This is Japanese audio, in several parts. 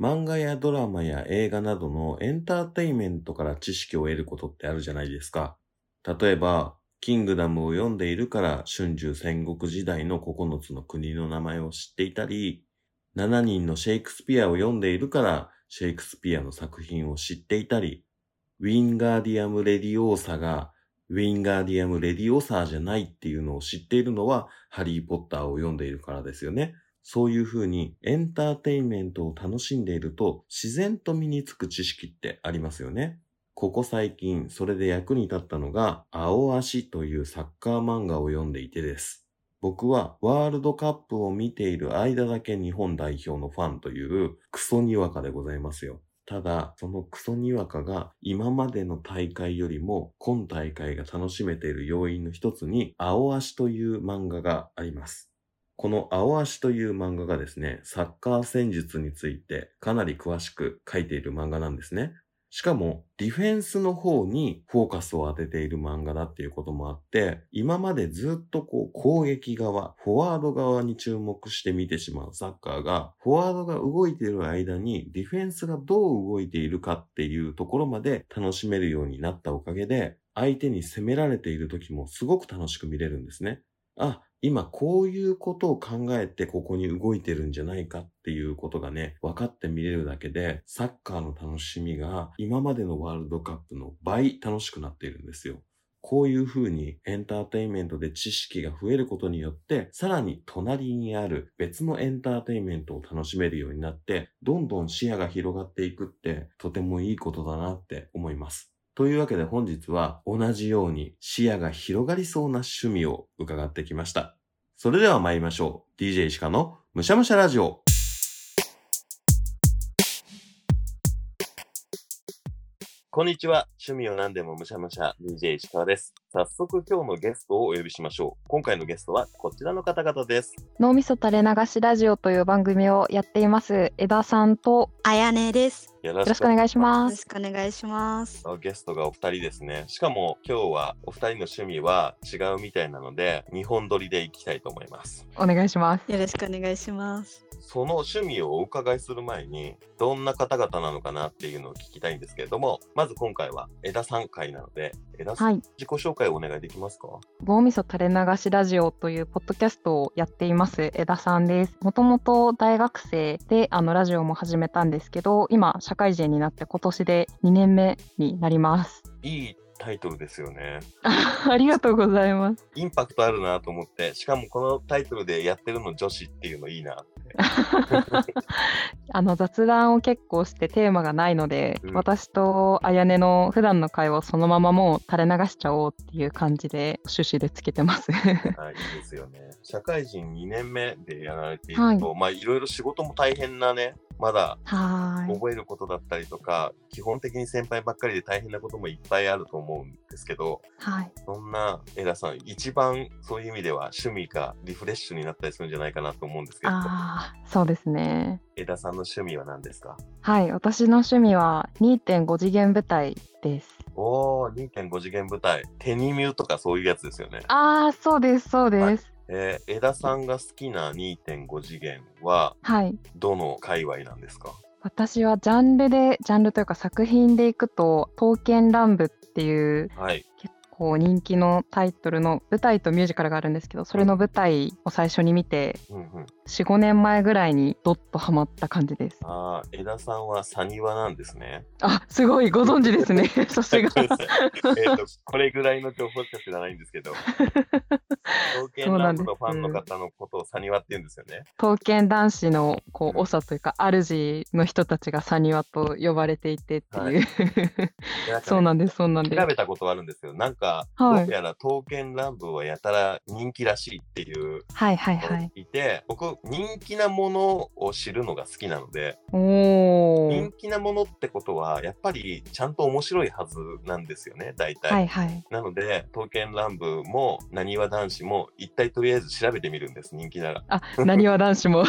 漫画やドラマや映画などのエンターテインメントから知識を得ることってあるじゃないですか。例えば、キングダムを読んでいるから春秋戦国時代の9つの国の名前を知っていたり、7人のシェイクスピアを読んでいるからシェイクスピアの作品を知っていたり、ウィンガーディアム・レディオーサがウィンガーディアム・レディオサーじゃないっていうのを知っているのは、ハリー・ポッターを読んでいるからですよね。そういうふうにエンターテインメントを楽しんでいると、自然と身につく知識ってありますよね。ここ最近、それで役に立ったのが、青足というサッカー漫画を読んでいてです。僕はワールドカップを見ている間だけ日本代表のファンというクソにわかでございますよ。ただ、そのクソにわかが今までの大会よりも今大会が楽しめている要因の一つに、青足という漫画があります。この青足という漫画がですね、サッカー戦術についてかなり詳しく書いている漫画なんですね。しかも、ディフェンスの方にフォーカスを当てている漫画だっていうこともあって、今までずっとこう攻撃側、フォワード側に注目して見てしまうサッカーが、フォワードが動いている間にディフェンスがどう動いているかっていうところまで楽しめるようになったおかげで、相手に攻められている時もすごく楽しく見れるんですね。あ、今こういうことを考えてここに動いてるんじゃないかっていうことがね、分かって見れるだけで、サッカーの楽しみが今までのワールドカップの倍楽しくなっているんですよ。こういう風にエンターテインメントで知識が増えることによって、さらに隣にある別のエンターテインメントを楽しめるようになって、どんどん視野が広がっていくって、とてもいいことだなって思います。というわけで本日は同じように視野が広がりそうな趣味を伺ってきました。それでは参りましょう。DJ 石川のむしゃむしゃラジオ。こんにちは。趣味を何でもむしゃむしゃ DJ 石川です。早速今日のゲストをお呼びしましょう。今回のゲストはこちらの方々です。脳みそ垂れ流しラジオという番組をやっています。枝さんとあやねです。よろしくお願いします。よろしくお願いします。ゲストがお二人ですね。しかも今日はお二人の趣味は違うみたいなので、2本撮りでいきたいと思います。お願いします。よろしくお願いします。その趣味をお伺いする前に、どんな方々なのかなっていうのを聞きたいんですけれども、まず今回は枝さん会なので、枝さん、はい、自己紹介をお願いできますか脳みそ垂れ流しラジオというポッドキャストをやっています、枝さんです。もともと大学生であのラジオも始めたんですけど、今、社会人になって今年で2年目になります。いいタイトルですよね。 ありがとうございます。インパクトあるなと思って、しかもこのタイトルでやってるの女子っていうのいいなあの雑談を結構してテーマがないので、うん、私とあやねの普段の会話をそのままもう垂れ流しちゃおうっていう感じで趣旨でつけてますはい、いいですよね。 社会人2年目でやられていると、はい、まあいろいろ仕事も大変なね、まだ覚えることだったりとか、基本的に先輩ばっかりで大変なこともいっぱいあると思うんですけど、はい、そんなエラさん、一番そういう意味では趣味がリフレッシュになったりするんじゃないかなと思うんですけど。あそうですね。江田さんの趣味は何ですかはい私の趣味は2.5次元舞台ですおー2.5次元舞台テニミューとかそういうやつですよねああそうですそうです、はいえー、江田さんが好きな2.5次元は、はい、どの界隈なんですか私はジャンルでジャンルというか作品でいくと「刀剣乱舞」っていう、はい、結構人気のタイトルの舞台とミュージカルがあるんですけどそれの舞台を最初に見て、うんうん45年前ぐらいにどっとハマった感じですああ枝さんはサニワなんですねあすごいご存知です ねさすがえとこれぐらいの情報しか知らないんですけ ど刀剣男子のファンの方のことをサニワって言うんですよね刀剣男子のこう長というか、うん、主の人たちがサニワと呼ばれていてっていう、はいね、 そうなんですそうなんです調べたことはあるんですけどなんか、はい、どうやら刀剣乱舞はやたら人気らしいっていうはいはいはいいて僕人気なものを知るのが好きなので人気なものってことはやっぱりちゃんと面白いはずなんですよね大体、はいはい、なので刀剣乱舞もなにわ男子も一体とりあえず調べてみるんです人気な らあなにわ男子 も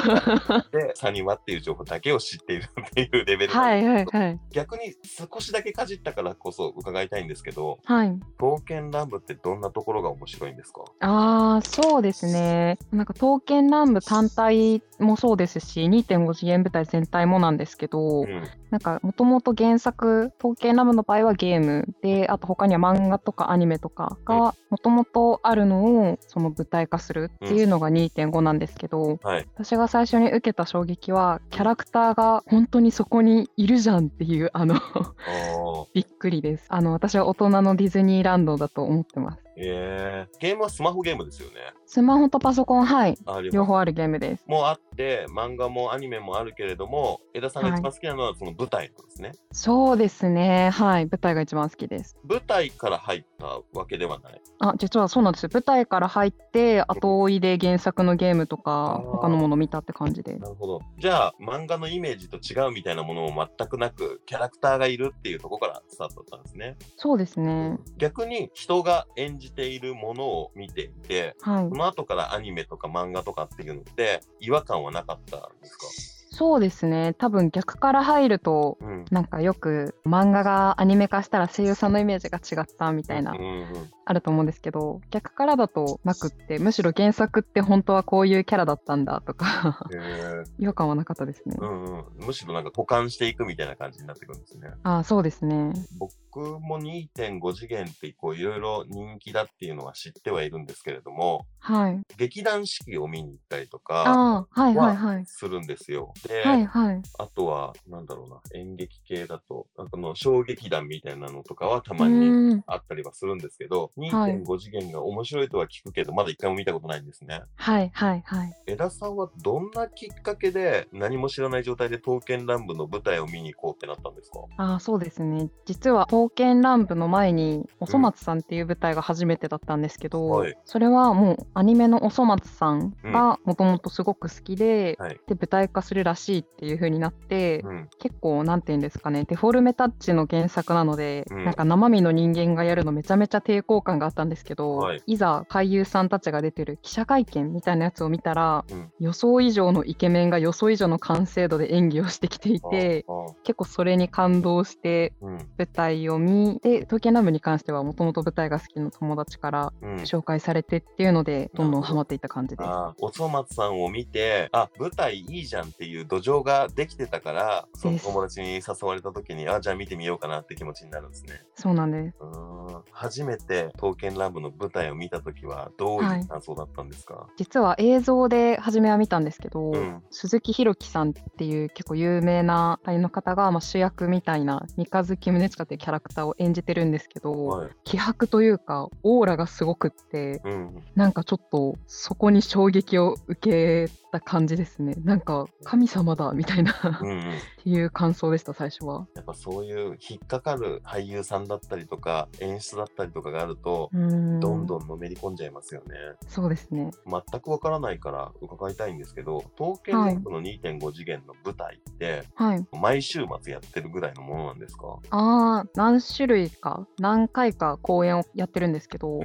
でサニワっていう情報だけを知っているっていうレベルはいはいはい逆に少しだけかじったからこそ伺いたいんですけど、はい、刀剣乱舞ってどんなところが面白いんですかああ、そうですね。なんか、刀剣乱舞単体もそうですし、2.5次元舞台全体もなんですけど、ん。なんか、もともと原作、刀剣乱舞の場合はゲームで、あと他には漫画とかアニメとかが、もともとあるのを、その舞台化するっていうのが2.5なんですけど、はい。私が最初に受けた衝撃は、キャラクターが本当にそこにいるじゃんっていう、あの、 ああ、びっくりです。あの、私は大人のディズニーランドだと思ってます。ええゲームはスマホゲームですよね。スマホとパソコン、はい、あり両ます。方あるゲームです。もあって、漫画もアニメもあるけれども、江田さんがはい一番好きなのはその舞台なんですね。そうですね。はい。舞台が一番好きです。舞台から入ったわけではない。あ、実はそうなんですよ。舞台から入って、後追いで原作のゲームとあか、ー他のもの見たって感じで。なるほど。じゃあ、漫画のイメージと違うみたいなものも全くなく、キャラクターがいるっていうところからスタートだったんですね。そうですね。逆に人が演じているものを見ていて、はいそ。の後からアニメとか漫画とかっていうのって違和感はなかったんですそうですね。多分逆から入ると、かうん。なんかよく漫画がアニメ化したら声優さんのイメージが違ったみたいなうん、うんあると思うんですけど、逆からだとなくって、むしろ原作って本当はこういうキャラだったんだとか、 へー違和感はなかったですねう。んうん、むしろなんか補完していくみたいな感じになってくるんですね。あー、そうですね。僕も2.5次元ってこういろいろ人気だっていうのは知ってはいるんですけれども、はい。劇団四季を見に行ったりとかああ、はいはいはい。するんですよ。で、はいはい。あとは、なんだろうな、演劇系だと、なんかあの小劇団みたいなのとかはたまにうんあったりはするんですけど、はい2.5次元が面白いとは聞くけど、まだ一回も見たことないんですね。はいはいはい。江田さんはどんなきっかけで何も知らない状態で刀剣乱舞の舞台を見に行こうってなったんですかあーそうですね実は刀剣乱舞の前に「おそ松さん」っていう舞台が初めてだったんですけど、はいそれはもうアニメの「おそ松さん」がもともとすごく好きで,、はいで舞台化するらしいっていう風になって、うん。結構なんて言うんですかねデフォルメタッチの原作なので、うんなんか生身の人間がやるのめちゃめちゃ抵抗感があったんですけど、はいざ俳優さんたちが出てる記者会見みたいなやつを見たら、うん予想以上のイケメンが予想以上の完成度で演技をしてきていて。ああ結構それに感動してうん。舞台を見で東京ナムに関してはもともと舞台が好きな友達からうん。紹介されてっていうのでどんどんハマっていった感じです。ああおそ松さんを見てあ舞台いいじゃんっていう土壌ができてたからそのです友達に誘われた時にあじゃあ見てみようかなって気持ちになるんですねそうなんですうーん初めて「刀剣乱舞」の舞台を見た時はどうはいいう感想だったんですか、実は映像で初めは見たんですけど、うん鈴木ひろきさんっていう結構有名な俳優の方が、まあ、主役みたいな三日月宗近っていうキャラクターを演じてるんですけど、はい気迫というかオーラがすごくってうん、なんかちょっとそこに衝撃を受けた感じですねなんか神様だみたいなうんうん、っていう感想でした最初は。やっぱそういう引っかかる俳優さんだったりとか演出だったりとかがあると、どどんどんのめり込んじゃいますよねそうですね。全くわからないから伺いたいんですけど刀剣乱舞の2.5次元の舞台ってはい。毎週末やってるぐらいのものなんですか、ああ、何種類か、何回か公演をやってるんですけど、う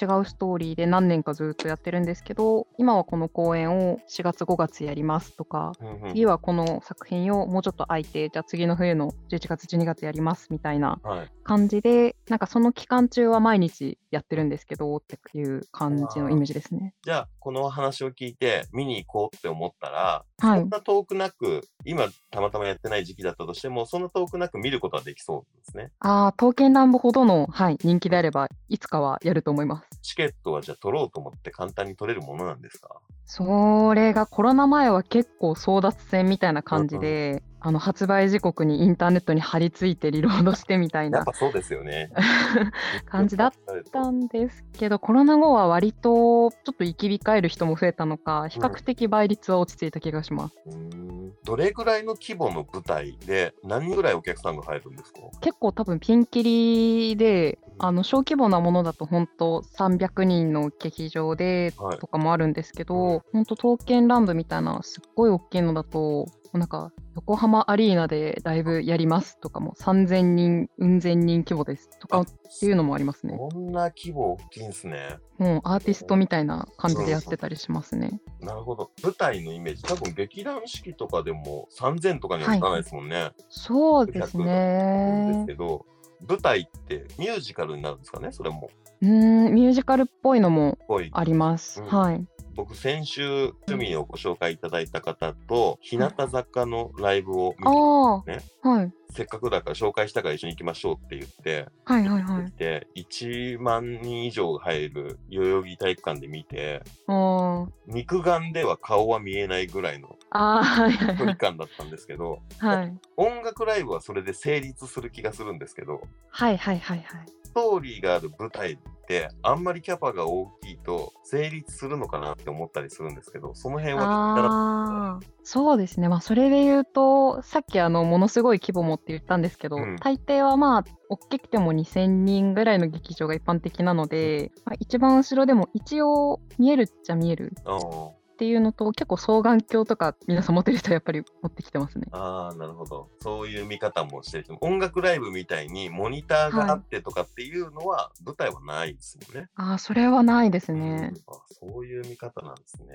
違んうストーリーで何年かずっとやってるんですけど、今はこの公演を4月5月やりますとか、うんうん次はこの作品をもうちょっと空いて、じゃあ次の冬の11月12月やりますみたいなはい、感じで、なんかその期間中は毎日やってるんですけどっていう感じのイメージですね。じゃあこの話を聞いて見に行こうって思ったら、はいそんな遠くなく今たまたまやってない時期だったとしてもそんな遠くなく見ることはできそうですねああ、刀剣乱舞ほどの、はい、人気であれば、いつかはやると思います。チケットはじゃあ取ろうと思って簡単に取れるものなんですかそれがコロナ前は結構争奪戦みたいな感じで、あの発売時刻にインターネットに貼り付いてリロードしてみたいやっなぱそうですよね 感じだっうんたんですけどコロナ後は割とちょっと行き控える人も増えたのか比較的倍率は落ち着いた気がします、どれぐらいの規模の舞台で何人ぐらいお客さんが入るんですか結構多分ピンキリであの小規模なものだと本当300人の劇場ではいとかもあるんですけうんど、本当刀剣乱舞みたいなすっごい大きいのだともうなんか横浜アリーナでライブやりますとかも3000人うん千人規模ですとかっていうのもありますねこんな規模大きいんですねもうアーティストみたいな感じでやってたりしますねなるほど舞台のイメージ多分劇団四季とかでも3000とかにはいかないですもんね、そうですなねんですけど、舞台ってミュージカルになるんですかね、それも。うーんミュージカルっぽいのもぽいあります。うんはい。僕先週趣味をご紹介いただいた方と日向坂のライブを見あにあ、ねはいせっかくだから紹介したから一緒に行きましょうって言ってはいはいはい。で1万人以上入る代々木体育館で見ておー肉眼では顔は見えないぐらいのああ、はいは距いは離い感だったんですけどはい。音楽ライブはそれで成立する気がするんですけどはいはいはいはい。ストーリーがある舞台ってあんまりキャパが大きいと成立するのかなって思ったりするんですけどその辺はああ、そうですね。まあそれで言うと、さっきあのものすごい規模もって言ったんですけど、うん大抵はまあ大きくても2000人ぐらいの劇場が一般的なので、まあ、一番後ろでも一応見えるっちゃ見えるあーっていうのと、結構双眼鏡とか皆さん持ってる人はやっぱり持ってきてますね。あーなるほどそういう見方もしてる人も音楽ライブみたいにモニターがあってとかっていうのは舞台はないですもんね。ああ、それはないですうねん。あそういう見方なんですね。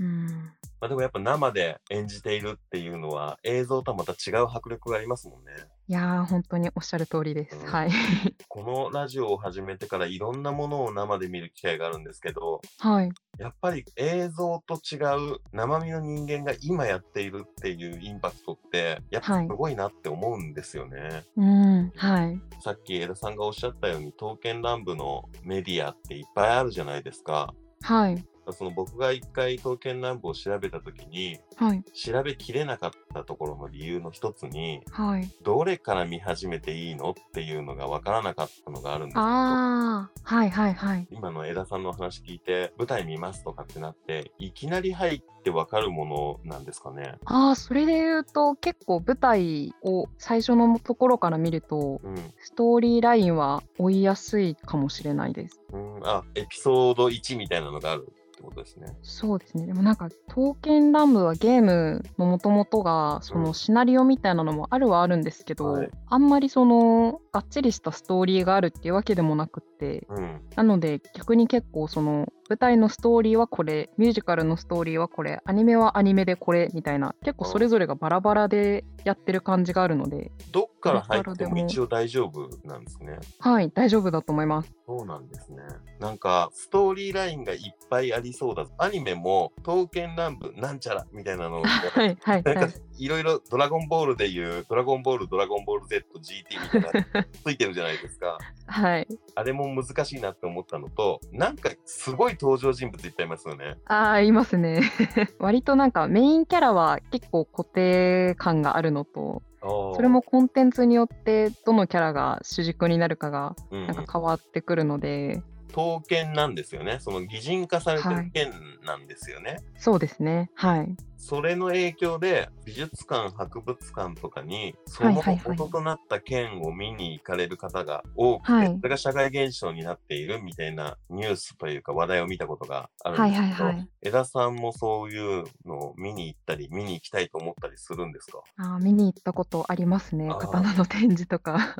うん。まあ、でもやっぱ生で演じているっていうのは映像とはまた違う迫力がありますもんね。いやー、本当におっしゃる通りです。うんはい。 このラジオを始めてからいろんなものを生で見る機会があるんですけどはい。やっぱり映像と違う生身の人間が今やっているっていうインパクトってやっぱはすいごいなって思うんですよね。うん。はい。さっき江田さんがおっしゃったように刀剣乱舞のメディアっていっぱいあるじゃないですか。はい。その僕が一回刀剣乱舞を調べた時にはい。調べきれなかったところの理由の一つにはい。どれから見始めていいのっていうのが分からなかったのがあるんですけどああ。はいはいはい。今の江田さんのお話聞いて舞台見ますとかってなっていきなり入って分かるものなんですかね。ああ、それで言うと、結構舞台を最初のところから見ると、うんストーリーラインは追いやすいかもしれないです。うん、あエピソード1みたいなのがあるってことですね。そうですね。でもなんか、刀剣乱舞はゲームの元々が、そのシナリオみたいなのもあるはあるんですけど、はいあんまりその、がっちりしたストーリーがあるっていうわけでもなくって、うん、なので逆に結構その舞台のストーリーはこれミュージカルのストーリーはこれアニメはアニメでこれみたいな結構それぞれがバラバラでやってる感じがあるのでどっから入ってどこからもでも一応大丈夫なんですね。はい大丈夫だと思いますそうなんですね。なんか、ストーリーラインがいっぱいありそうだ。アニメも、刀剣乱舞、なんちゃら、みたいなの を、はいはいなんかはい、いろいろ、ドラゴンボールでいう、ドラゴンボール、ドラゴンボール Z、GT みたいな、 ついてるじゃないですか。はいあれも難しいなって思ったのと、なんか、すごい登場人物いっぱいいますよね。あーいますね 割となんかメインキャラは結構固定感があるのとそそれも、コンテンツによってどのキャラが主軸になるかがうんなんか変わってくるので刀剣なんですよね。その擬人化されてはるい剣なんですよね。そうですねはいそれの影響で美術館博物館とかにそのはいはいはい元となった剣を見に行かれる方が多くて、はいそれが社会現象になっているみたいなニュースというか話題を見たことがあるんはいですはいけど、はい江田さんもそういうのを見に行ったり見に行きたいと思ったりするんですか、あー見に行ったことありますねあー刀の展示 とか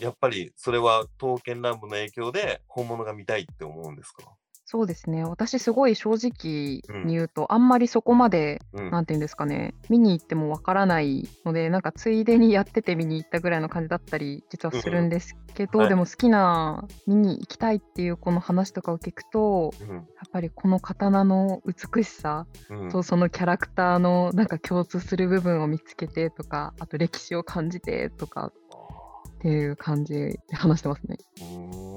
やっぱりそれは刀剣乱舞の影響で本物が見たいって思うんですか、そうですね私すごい正直うんに言うと、あんまりそこまでうんなんて言うんですかね見に行ってもわからないのでなんかついでにやってて見に行ったぐらいの感じだったり実はするんですけど、うんはいでも好きな見に行きたいっていうこの話とかを聞くとうんやっぱりこの刀の美しさうんとそのキャラクターのなんか共通する部分を見つけてとかあと歴史を感じてとかっていう感じで話してますね。うーん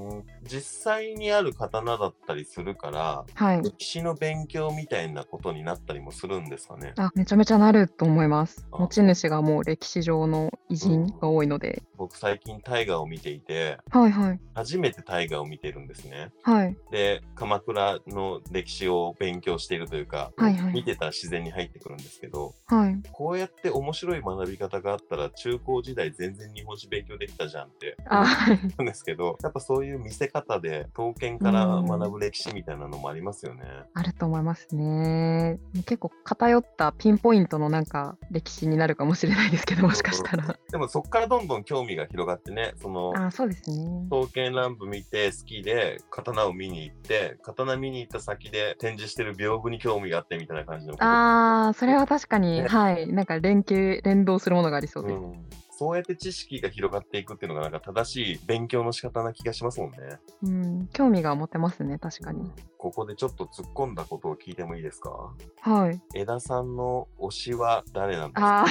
実際にある刀だったりするからはい歴史の勉強みたいなことになったりもするんですかね。あめちゃめちゃなると思います。あ持ち主がもう歴史上の偉人が多いので。僕最近大河を見ていてはいはい初めて大河を見てるんですね。はいで鎌倉の歴史を勉強しているというか、はいはい見てたら自然に入ってくるんですけどはい。こうやって面白い学び方があったら中高時代全然日本史勉強できたじゃんってあ思はいうんですけどやっぱそういう見せ方で刀剣から学ぶ歴史みたいなのもありますよね。あると思いますね。結構偏ったピンポイントのなんか歴史になるかもしれないですけどもしかしたら。でもそこからどんどん興味が広がってねそのあそうですね。刀剣乱舞見て好きで刀を見に行って刀見に行った先で展示してる屏風に興味があってみたいな感じのことああそれは確かに、ねはいなんか連携連動するものがありそううです。ん、そうやって知識が広がっていくっていうのがなんか正しい勉強の仕方な気がしますもんね。うん、興味が持てますね、確かに。ここでちょっと突っ込んだことを聞いてもいいですかはい。枝さんの推しは誰なんですかあ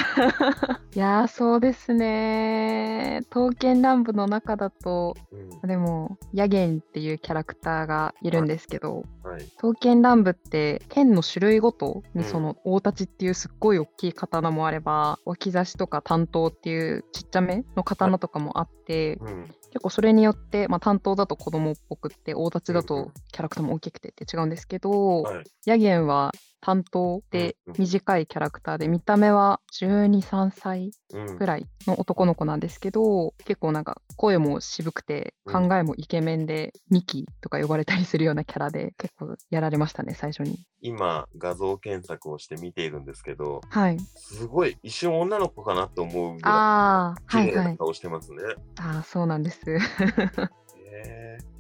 あ、いやー、 そうですね。刀剣乱舞の中だと、うんでも、ヤゲンっていうキャラクターがいるんですけど、はい。刀剣乱舞って剣の種類ごとうにんその大太刀っていうすっごい大きい刀もあれば脇差しとか短刀っていうちっちゃめの刀とかもあって、うん。結構それによって、まあ、短刀だと子供っぽくって大太刀だうんうんとキャラクターも大きくてって違うんですけど、はい。ヤゲンは短刀でうんうん短いキャラクターで見た目は123歳うんぐ。らいの男の子なんですけど結構なんか声も渋くてうん考えもイケメンで、ミキとか呼ばれたりするようなキャラで結構やられましたね最初に今、画像検索をして見ているんですけど、はいすごい一瞬女の子かなと思うぐらああい綺はい麗はない顔してますね。ああそうなんですへー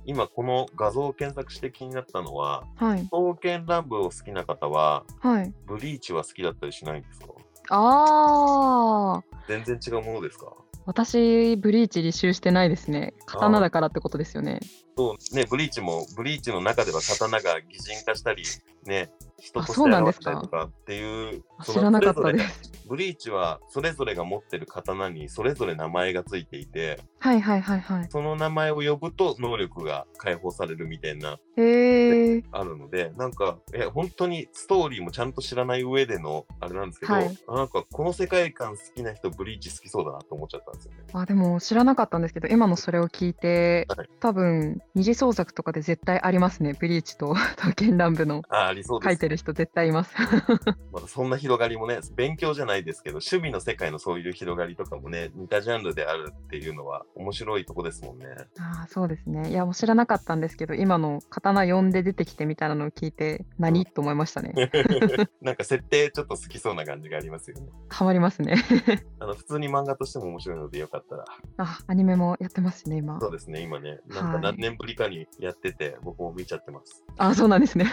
今この画像を検索して気になったのは、はい刀剣乱舞を好きな方は、はいブリーチは好きだったりしないんですかああ全然違うものですか私ブリーチ履修してないですね刀だからってことですよねそうね、ブリーチも、ブリーチの中では刀が擬人化したり、ね、人としてあそうなんで現すれかたりとかっていう、あそ知のらなかっそたれぞでれすブリーチはそれぞれが持ってる刀にそれぞれ名前がついていて、はいはいはいはいその名前を呼ぶと能力が解放されるみたいな、へえあるので、なんか、え、本当にストーリーもちゃんと知らない上での、あれなんですけど、はいあなんかこの世界観好きな人、ブリーチ好きそうだなと思っちゃったんですよね。あでも知らなかったんですけど今のそれを聞いて、はい多分二次創作とかで絶対ありますねブリーチと 刀剣乱舞のあ、ありそうです。書いてる人絶対います まあ、そんな広がりもね、勉強じゃないですけど、趣味の世界のそういう広がりとかもね、似たジャンルであるっていうのは面白いとこですもんね。あーそうですねいやもう知らなかったんですけど今の刀呼んで出てきてみたいなのを聞いて何、と思いましたねなん か設定ちょっと好きそうな感じがありますよね。ハマりますね あの普通に漫画としても面白いのでよかったら、あアニメもやってますしね今そうですね、今ね、なんかはい何年ぶりかにやってて、僕も見ちゃってます。あそうな んですね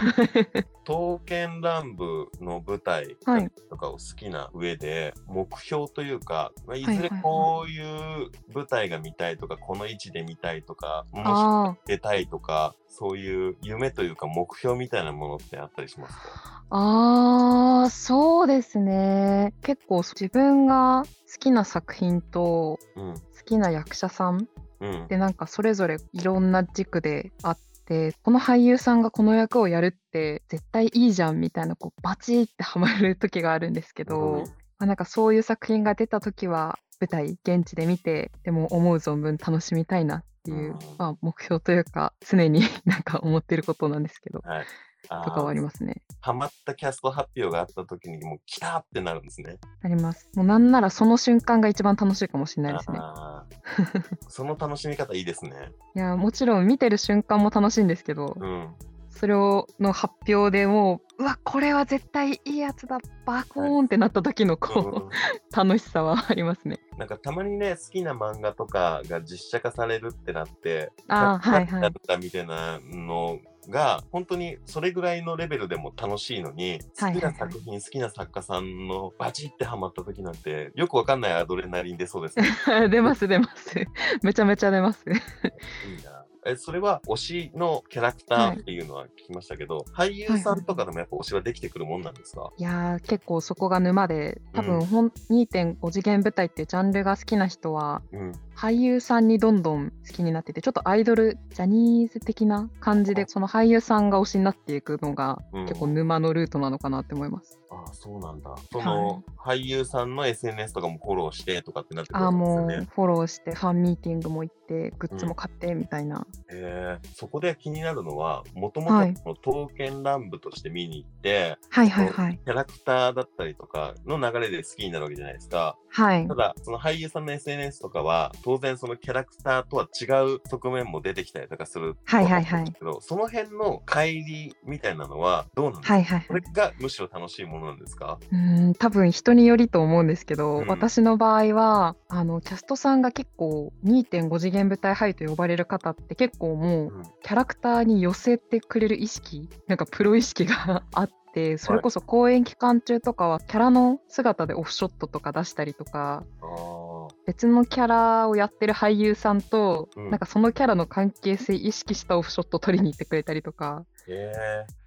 刀剣乱舞の舞台はいとかを好きな上で、目標というか、まあ、いはいずれはいはいこういう舞台が見たいとか、この位置で見たいとか、面白いあー出たいとか、そういう夢というか目標みたいなものってあったりしますかあーそうですね結構自分が好きな作品とうん。好きな役者さんうん。でなんかそれぞれいろんな軸であってこの俳優さんがこの役をやるって絶対いいじゃんみたいなこうバチーってハマる時があるんですけど、まあ、なんかそういう作品が出た時は舞台現地で見てでも思う存分楽しみたいなっていうう、んまあ、目標というか常に なんか思ってることなんですけど。はい。あとかはあーりますね。ハマったキャスト発表があった時にもう来たってなるんですね。あります。もうなんならその瞬間が一番楽しいかもしれないですね。あ ーその楽しみ方いいですね。いやもちろん見てる瞬間も楽しいんですけど、 うん。それをの発表でもううわこれは絶対いいやつだバコーンってなった時のうこんう 楽しさはありますね。なんかたまにね、好きな漫画とかが実写化されるってなって、あーはいはいだったみたいなのが、本当にそれぐらいのレベルでも楽しいのに、は好いきはいはない作品、好きな作家さんのバチってハマった時なんて、よくわかんないアドレナリン出そう ですね。 出ます出ます。 めちゃめちゃ出ます。いいな。え、それは推しのキャラクターっていうのは聞きましたけど、俳優さんとかでもやっぱ推しはできてくるもんなんですかいやー結構そこが沼で多う分んほん2.5次元舞台っていうジャンルが好きな人はうん。俳優さんにどんどん好きになっててちょっとアイドルジャニーズ的な感じでその俳優さんが推しになっていくのがうん結構沼のルートなのかなって思います。ああ、そうなんだ。その、俳優さんの SNS とかもフォローしてとかってなってくるあーんですよもうね。フォローしてファンミーティングも行ってグッズも買ってみたいな、へえそこで気になるのは、もともはいと刀剣乱舞として見に行って、はいはいはいキャラクターだったりとかの流れで好きになるわけじゃないですか。はいただ、その俳優さんの SNS とかは、当然そのキャラクターとは違う側面も出てきたりとかする。はいはいはいけど、その辺の乖離みたいなのはどうなんですか、はいはいこれがむしろ楽しいものなんですかうーん多分人によりと思うんですけど、うん私の場合はあのキャストさんが結構2.5次元舞台俳優と呼ばれる方って結構もううんキャラクターに寄せてくれる意識なんかプロ意識が あってそれこそ公演期間中とかはキャラの姿でオフショットとか出したりとかあー別のキャラをやってる俳優さんと、うんなんかそのキャラの関係性意識したオフショット取りに行ってくれたりとかえ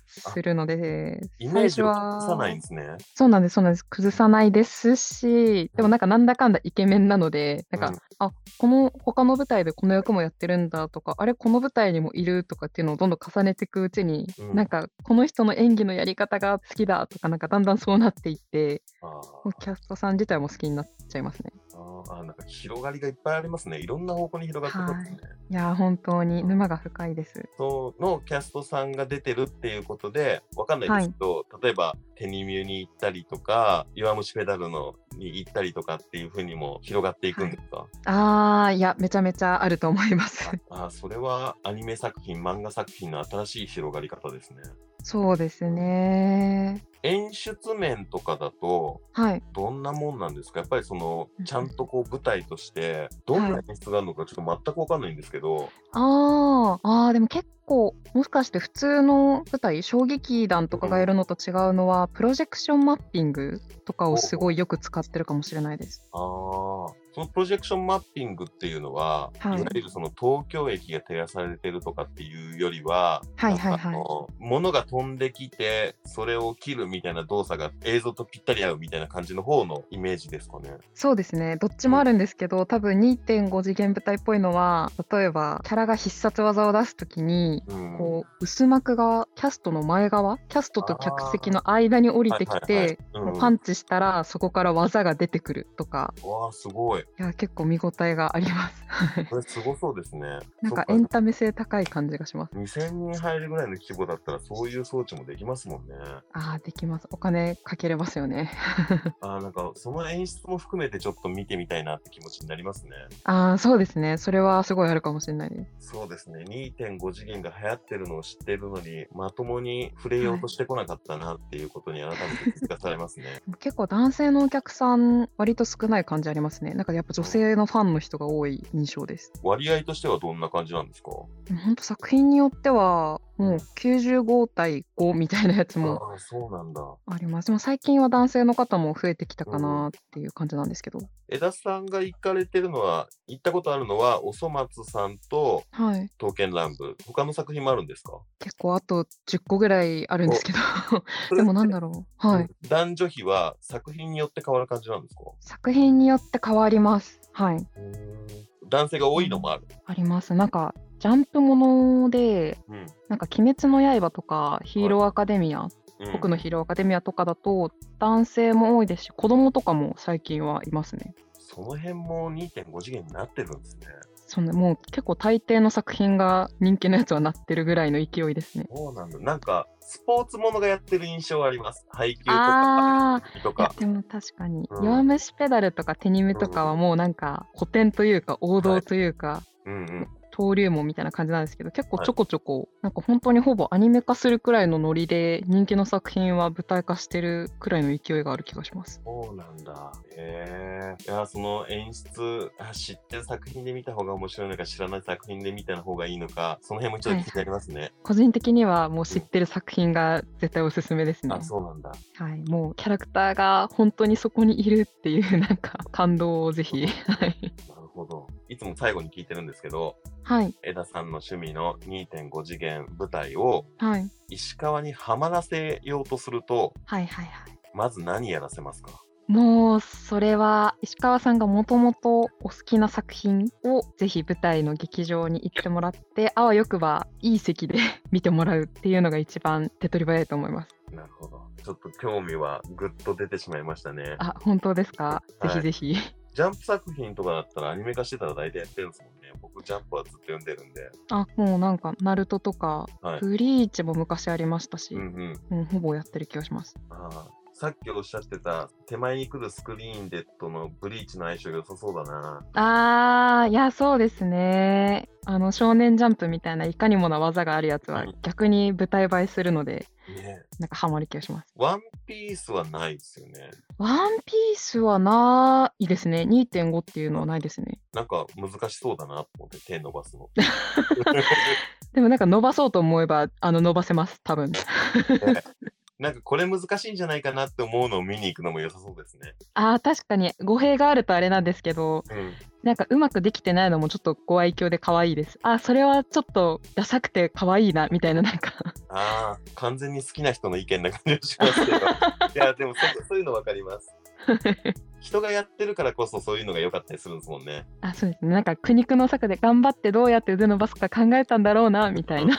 するのでえイメージを崩さないんですね。そうなんですそうなんです崩さないですしでもなんかなんだかんだイケメンなのでなんか、うんあこの他の舞台でこの役もやってるんだとかあれこの舞台にもいるとかっていうのをどんどん重ねていくうちに、うんなんかこの人の演技のやり方が好きだとかなんかだんだんそうなっていってあもうキャストさん自体も好きになっちゃいますね。ーあー、なんか広がりがいっぱいありますね。いろんな方向に広がってますね。いやー本当に沼が深いです。そのキャストさんが出てるっていうことで、わかんないですけど、例えば、テニミュに行ったりとか、弱虫ペダルのに行ったりとかっていうふうにも広がっていくんですか、ああいやめちゃめちゃあると思います。ああ、それはアニメ作品、漫画作品の新しい広がり方ですね。そうですね。演出面とかだと、はい。どんなもんなんですかやっぱりそのうん、ちゃんとこう舞台として、どんな演出があるのかちょっと全くわかんないんですけど、あーあーでも結構もしかして普通の舞台衝撃団とかがやるのと違うのはプロジェクションマッピングとかをすごいよく使ってるかもしれないです。ああ、そのプロジェクションマッピングっていうのは、はいい、わゆるその東京駅が照らされてるとかっていうよりは、はいはいはいなんかあの物が飛んできて、それを切るみたいな動作が映像とぴったり合うみたいな感じの方のイメージですかね。そうですねどっちもあるんですけど多分2.5次元舞台っぽいのは例えばキャラが必殺技を出す時にうん、こう薄幕がキャストの前側キャストと客席の間に降りてきはいはいはていうんパンチしたらそこから技が出てくるとかわあ、すごい。いや結構見応えがあります。はいこれすご そうですね。なんかそエっンタメ性高い感じがします。 2000人入るぐらいの規模だったらそういう装置もできますもんね。ああできます。お金かけれますよね。 あーなんかその演出も含めてちょっと見てみたいなって気持ちになりますね。ああそうですね。それはすごいあるかもしれないです。そうですね2.5次元が流行ってるのを知ってるのにまともに触れようとしてこなかったなっていうことに改めて気づかされます ね。結構男性のお客さん割と少ない感じありますね。なんかやっぱ女性のファンの人が多い印象です。割合としてはどんな感じなんですかでもほんと作品によってはもう95対5みたいなやつあもーそうなんだ。あります。でも最近は男性の方も増えてきたかなっていう感じなんですけど。江田さんが行かれてるのは行ったことあるのはおそ松さんとはい。刀剣乱舞他の作品もあるんですか結構あと10個ぐらいあるんですけど。それでもなんだろう。はい。男女比は作品によって変わる感じなんですか作品によって変わります。はい。男性が多いのもある。あります。なんか、ジャンプもので、うんなんか、鬼滅の刃とか、ヒーローアカデミア、僕のヒーローアカデミアとかだと、男性も多いですし、子供とかも最近はいますね。その辺も2.5次元になってるんですね。そのもう結構大抵の作品が人気のやつはなってるぐらいの勢いですね。そうなんだ。なんか、スポーツものがやってる印象あります。配給とか、あとあか。でも確かに、うん弱虫ペダルとかテニムとかはもうなんか古典というか王道というか、うんうん。登竜門みたいな感じなんですけど結構ちょこちょこ、なんか本当にほぼアニメ化するくらいのノリで人気の作品は舞台化してるくらいの勢いがある気がします。そうなんだ。へえ。いや、その演出あ、知ってる作品で見た方が面白いのか、知らない作品で見た方がいいのか、その辺もちょっと気になりますね。個人的にはもう知ってる作品が絶対おすすめですね。あ、そうなんだ。はい、もうキャラクターが本当にそこにいるっていうなんか感動をぜひ。はいなるほど。いつも最後に聞いてるんですけど、はい枝さんの趣味の2.5次元舞台をはい石川にはまらせようとすると、はいはいはい。まず何やらせますかもうそれは石川さんがもともとお好きな作品をぜひ舞台の劇場に行ってもらってあわよくばいい席で見てもらうっていうのが一番手っ取り早いと思います。なるほど。ちょっと興味はぐっと出てしまいましたね。 あ本当ですか、はいぜひぜひ。ジャンプ作品とかだったらアニメ化してたら大体やってるんですもんね。僕ジャンプはずっと読んでるんで。あもうなんか「ナルトとかは「い。ブリーチ」も昔ありましたし、うんうん。もうほぼやってる気がします。ああ。さっきおっしゃってた手前に来るスクリーンでとのブリーチの相性良さそうだな。あーいやそうですねあの「少年ジャンプ」みたいないかにもな技があるやつはうん逆に舞台映えするのでねなんかハマる気がします。ワンピースはないですよね。ワンピースはないですね。2.5っていうのはないですね。なんか難しそうだなと思って手伸ばすの。でもなんか伸ばそうと思えば、あの伸ばせます、多分。なんかこれ難しいんじゃないかなって思うのを見に行くのも良さそうですね。 あー確かに語弊があるとあれなんですけどうん。なんかうまくできてないのもちょっとご愛嬌で可愛いですあそれはちょっとダサくて可愛いなみたいななんかああ、完全に好きな人の意見な感じがします けど。いや、でもそそういうのわかります。人がやってるからこそそういうのが良かったりするんですもんね。 あそうですねなんか苦肉の策で頑張ってどうやって腕伸ばすか考えたんだろうなみたいな。い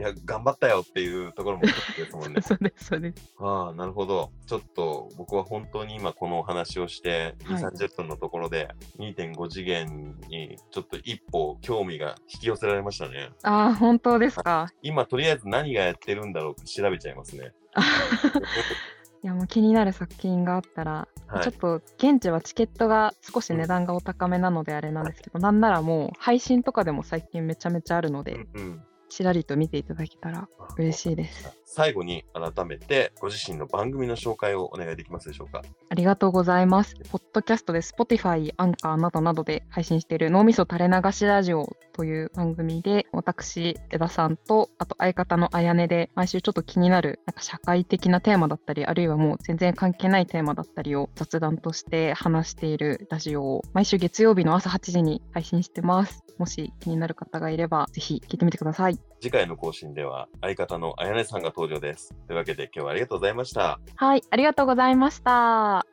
や、頑張ったよっていうところも一つですもんね そうですそうですああ、なるほど。ちょっと僕は本当に今このお話をして、はい2、30分のところで2.5次元にちょっと一歩興味が引き寄せられましたね。あー本当ですか今とりあえず何がやってるんだろうか調べちゃいますね。いやもう気になる作品があったら、はちょいっ。と現地はチケットが少し値段がお高めなのであれなんですけど、なんならもう配信とかでも最近めちゃめちゃあるので、うんうんちらりと見ていただけたら嬉しいです。最後に改めてご自身の番組の紹介をお願いできますでしょうか。ありがとうございます。ポッドキャストで Spotify、アンカーなどなどで配信している脳みそ垂れ流しラジオという番組で、私、江田さんと、あと相方のあやねで、毎週ちょっと気になる、なんか社会的なテーマだったり、あるいはもう全然関係ないテーマだったりを雑談として話しているラジオを、毎週月曜日の朝8時に配信してます。もし気になる方がいれば、ぜひ聞いてみてください。次回の更新では相方のあやねさんが登場です。というわけで今日はありがとうございました。はい、ありがとうございました。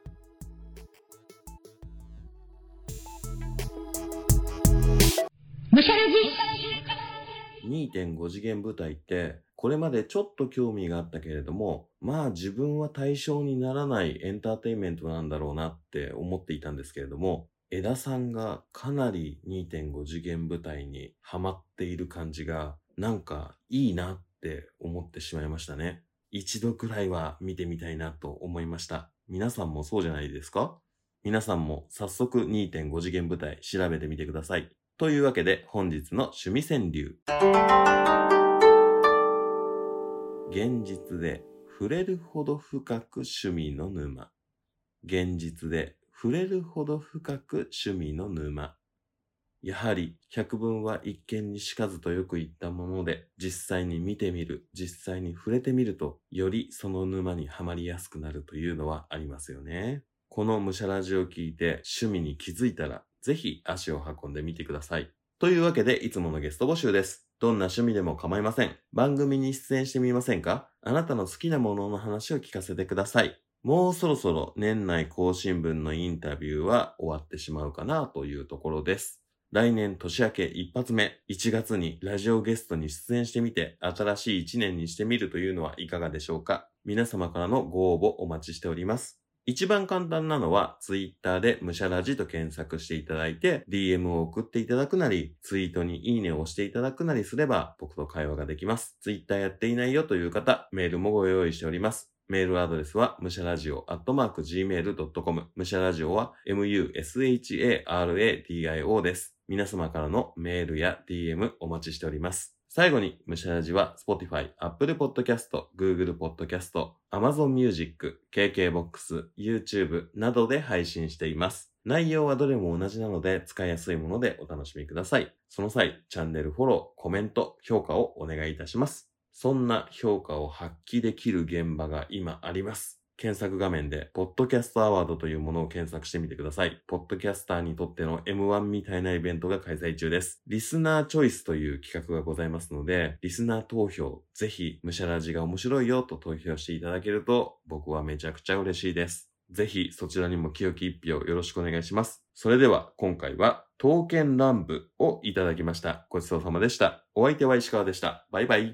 むしゃらじ2.5次元舞台ってこれまでちょっと興味があったけれどもまあ自分は対象にならないエンターテインメントなんだろうなって思っていたんですけれども江田さんがかなり2.5次元舞台にハマっている感じがなんかいいなって思ってしまいましたね一度くらいは見てみたいなと思いました皆さんもそうじゃないですか皆さんも早速2.5次元舞台調べてみてくださいというわけで本日の趣味川柳現実で触れるほど深く趣味の沼。現実で触れるほど深く趣味の沼。やはり百聞は一見にしかずとよく言ったもので、実際に見てみる、実際に触れてみると、よりその沼にはまりやすくなるというのはありますよね。このむしゃラジを聞いて趣味に気づいたら、ぜひ足を運んでみてください。というわけで、いつものゲスト募集です。どんな趣味でも構いません。番組に出演してみませんかあなたの好きなものの話を聞かせてください。もうそろそろ年内更新分のインタビューは終わってしまうかなというところです。来年年明け一発目、1月にラジオゲストに出演してみて、新しい1年にしてみるというのはいかがでしょうか皆様からのご応募お待ちしております。一番簡単なのは、ツイッターでむしゃらじと検索していただいて、DM を送っていただくなり、ツイートにいいねを押していただくなりすれば、僕と会話ができます。ツイッターやっていないよという方、メールもご用意しております。メールアドレスは、むしゃらじお、アットマーク、gmail.com。むしゃらじおは、musharadio です。皆様からのメールや DM お待ちしております。最後に、むしゃらじは Spotify、Apple Podcast、Google Podcast、Amazon Music、KKBOX、YouTube などで配信しています。内容はどれも同じなので使いやすいものでお楽しみください。その際、チャンネルフォロー、コメント、評価をお願いいたします。そんな評価を発揮できる現場が今あります。検索画面で、ポッドキャストアワードというものを検索してみてください。ポッドキャスターにとっての M1 みたいなイベントが開催中です。リスナーチョイスという企画がございますので、リスナー投票、ぜひ、ムシャラジが面白いよと投票していただけると、僕はめちゃくちゃ嬉しいです。ぜひそちらにも清き一票よろしくお願いします。それでは今回は刀剣乱舞をいただきました。ごちそうさまでした。お相手は石川でした。バイバイ。